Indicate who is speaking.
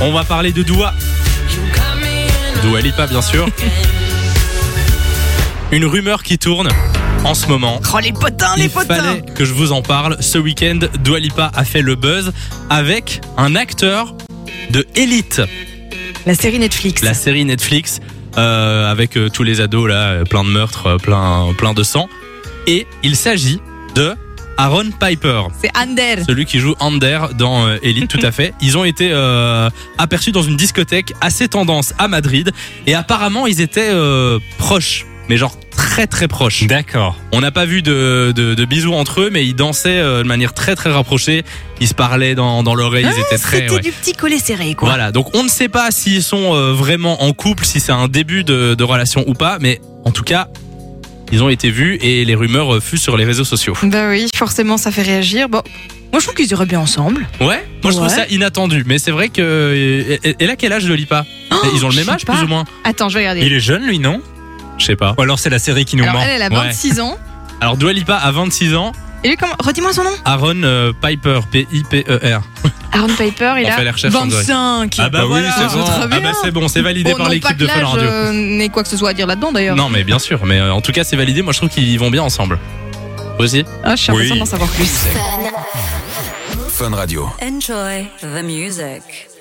Speaker 1: On va parler de Doua. Doua Lipa, bien sûr. Une rumeur qui tourne en ce moment.
Speaker 2: Oh les potins, les
Speaker 1: Il
Speaker 2: potins
Speaker 1: fallait que je vous en parle. Ce week-end, Dua Lipa a fait le buzz avec un acteur de Elite,
Speaker 2: La série Netflix.
Speaker 1: la série Netflix, euh, avec euh, tous les ados là, euh, plein de meurtres, euh, plein, plein de sang. Et il s'agit de Aaron Piper,
Speaker 2: C'est Ander.
Speaker 1: celui qui joue Ander dans euh, Elite, tout à fait. Ils ont été euh, aperçus dans une discothèque assez tendance à Madrid, et apparemment ils étaient euh, proches, mais genre très très proches.
Speaker 3: D'accord.
Speaker 1: On n'a pas vu de, de- de bisous entre eux, mais ils dansaient euh, de manière très très rapprochée. Ils se parlaient dans, dans l'oreille, ils étaient très.
Speaker 2: C'était
Speaker 1: ouais.
Speaker 2: du petit collet serré quoi.
Speaker 1: Voilà, donc on ne sait pas s'ils sont euh, vraiment en couple, si c'est un début de, de relation ou pas, mais en tout cas, ils ont été vus et les rumeurs euh, fusent sur les réseaux sociaux.
Speaker 4: Bah oui, forcément, ça fait réagir. Bon,
Speaker 2: Moi je trouve qu'ils iraient bien ensemble.
Speaker 1: Ouais, moi je trouve
Speaker 2: Ouais.
Speaker 1: ça inattendu, mais c'est vrai que. euh, Et, et là, quel âge de Lipa Ils ont le
Speaker 4: Oh, je
Speaker 1: même
Speaker 4: sais
Speaker 1: âge,
Speaker 4: pas.
Speaker 1: plus ou moins
Speaker 4: attends, je vais regarder.
Speaker 3: Il est jeune, lui, non
Speaker 1: Je sais pas.
Speaker 3: Ou alors c'est la série qui nous
Speaker 4: Alors,
Speaker 3: ment.
Speaker 4: elle, elle a
Speaker 1: Ouais.
Speaker 4: 26 ans.
Speaker 1: Alors, Dua Lipa a 26 ans,
Speaker 4: Et lui, comment Redis-moi son nom.
Speaker 1: Aaron euh, Piper, P-I-P-E-R.
Speaker 4: Aaron Piper, il
Speaker 1: E On fait
Speaker 4: a.
Speaker 1: la recherche en direct.
Speaker 2: 25
Speaker 1: Ah bah,
Speaker 4: voilà,
Speaker 1: oui, c'est
Speaker 4: c'est
Speaker 1: bon.
Speaker 4: très
Speaker 1: Ah
Speaker 4: bien.
Speaker 1: bah c'est bon, c'est validé
Speaker 4: Bon,
Speaker 1: par
Speaker 4: non,
Speaker 1: l'équipe
Speaker 4: pas que
Speaker 1: de Fun
Speaker 4: l'âge,
Speaker 1: Radio.
Speaker 4: euh, n'ait quoi que ce soit à dire là-dedans d'ailleurs.
Speaker 1: Non, mais bien sûr. Mais euh, en tout cas, c'est validé. Moi, je trouve qu'ils vont bien ensemble. Vous aussi
Speaker 4: Ah, je suis
Speaker 3: Oui.
Speaker 4: impatient d'en savoir plus.
Speaker 5: Fun.
Speaker 6: Fun Radio.
Speaker 5: Enjoy the music.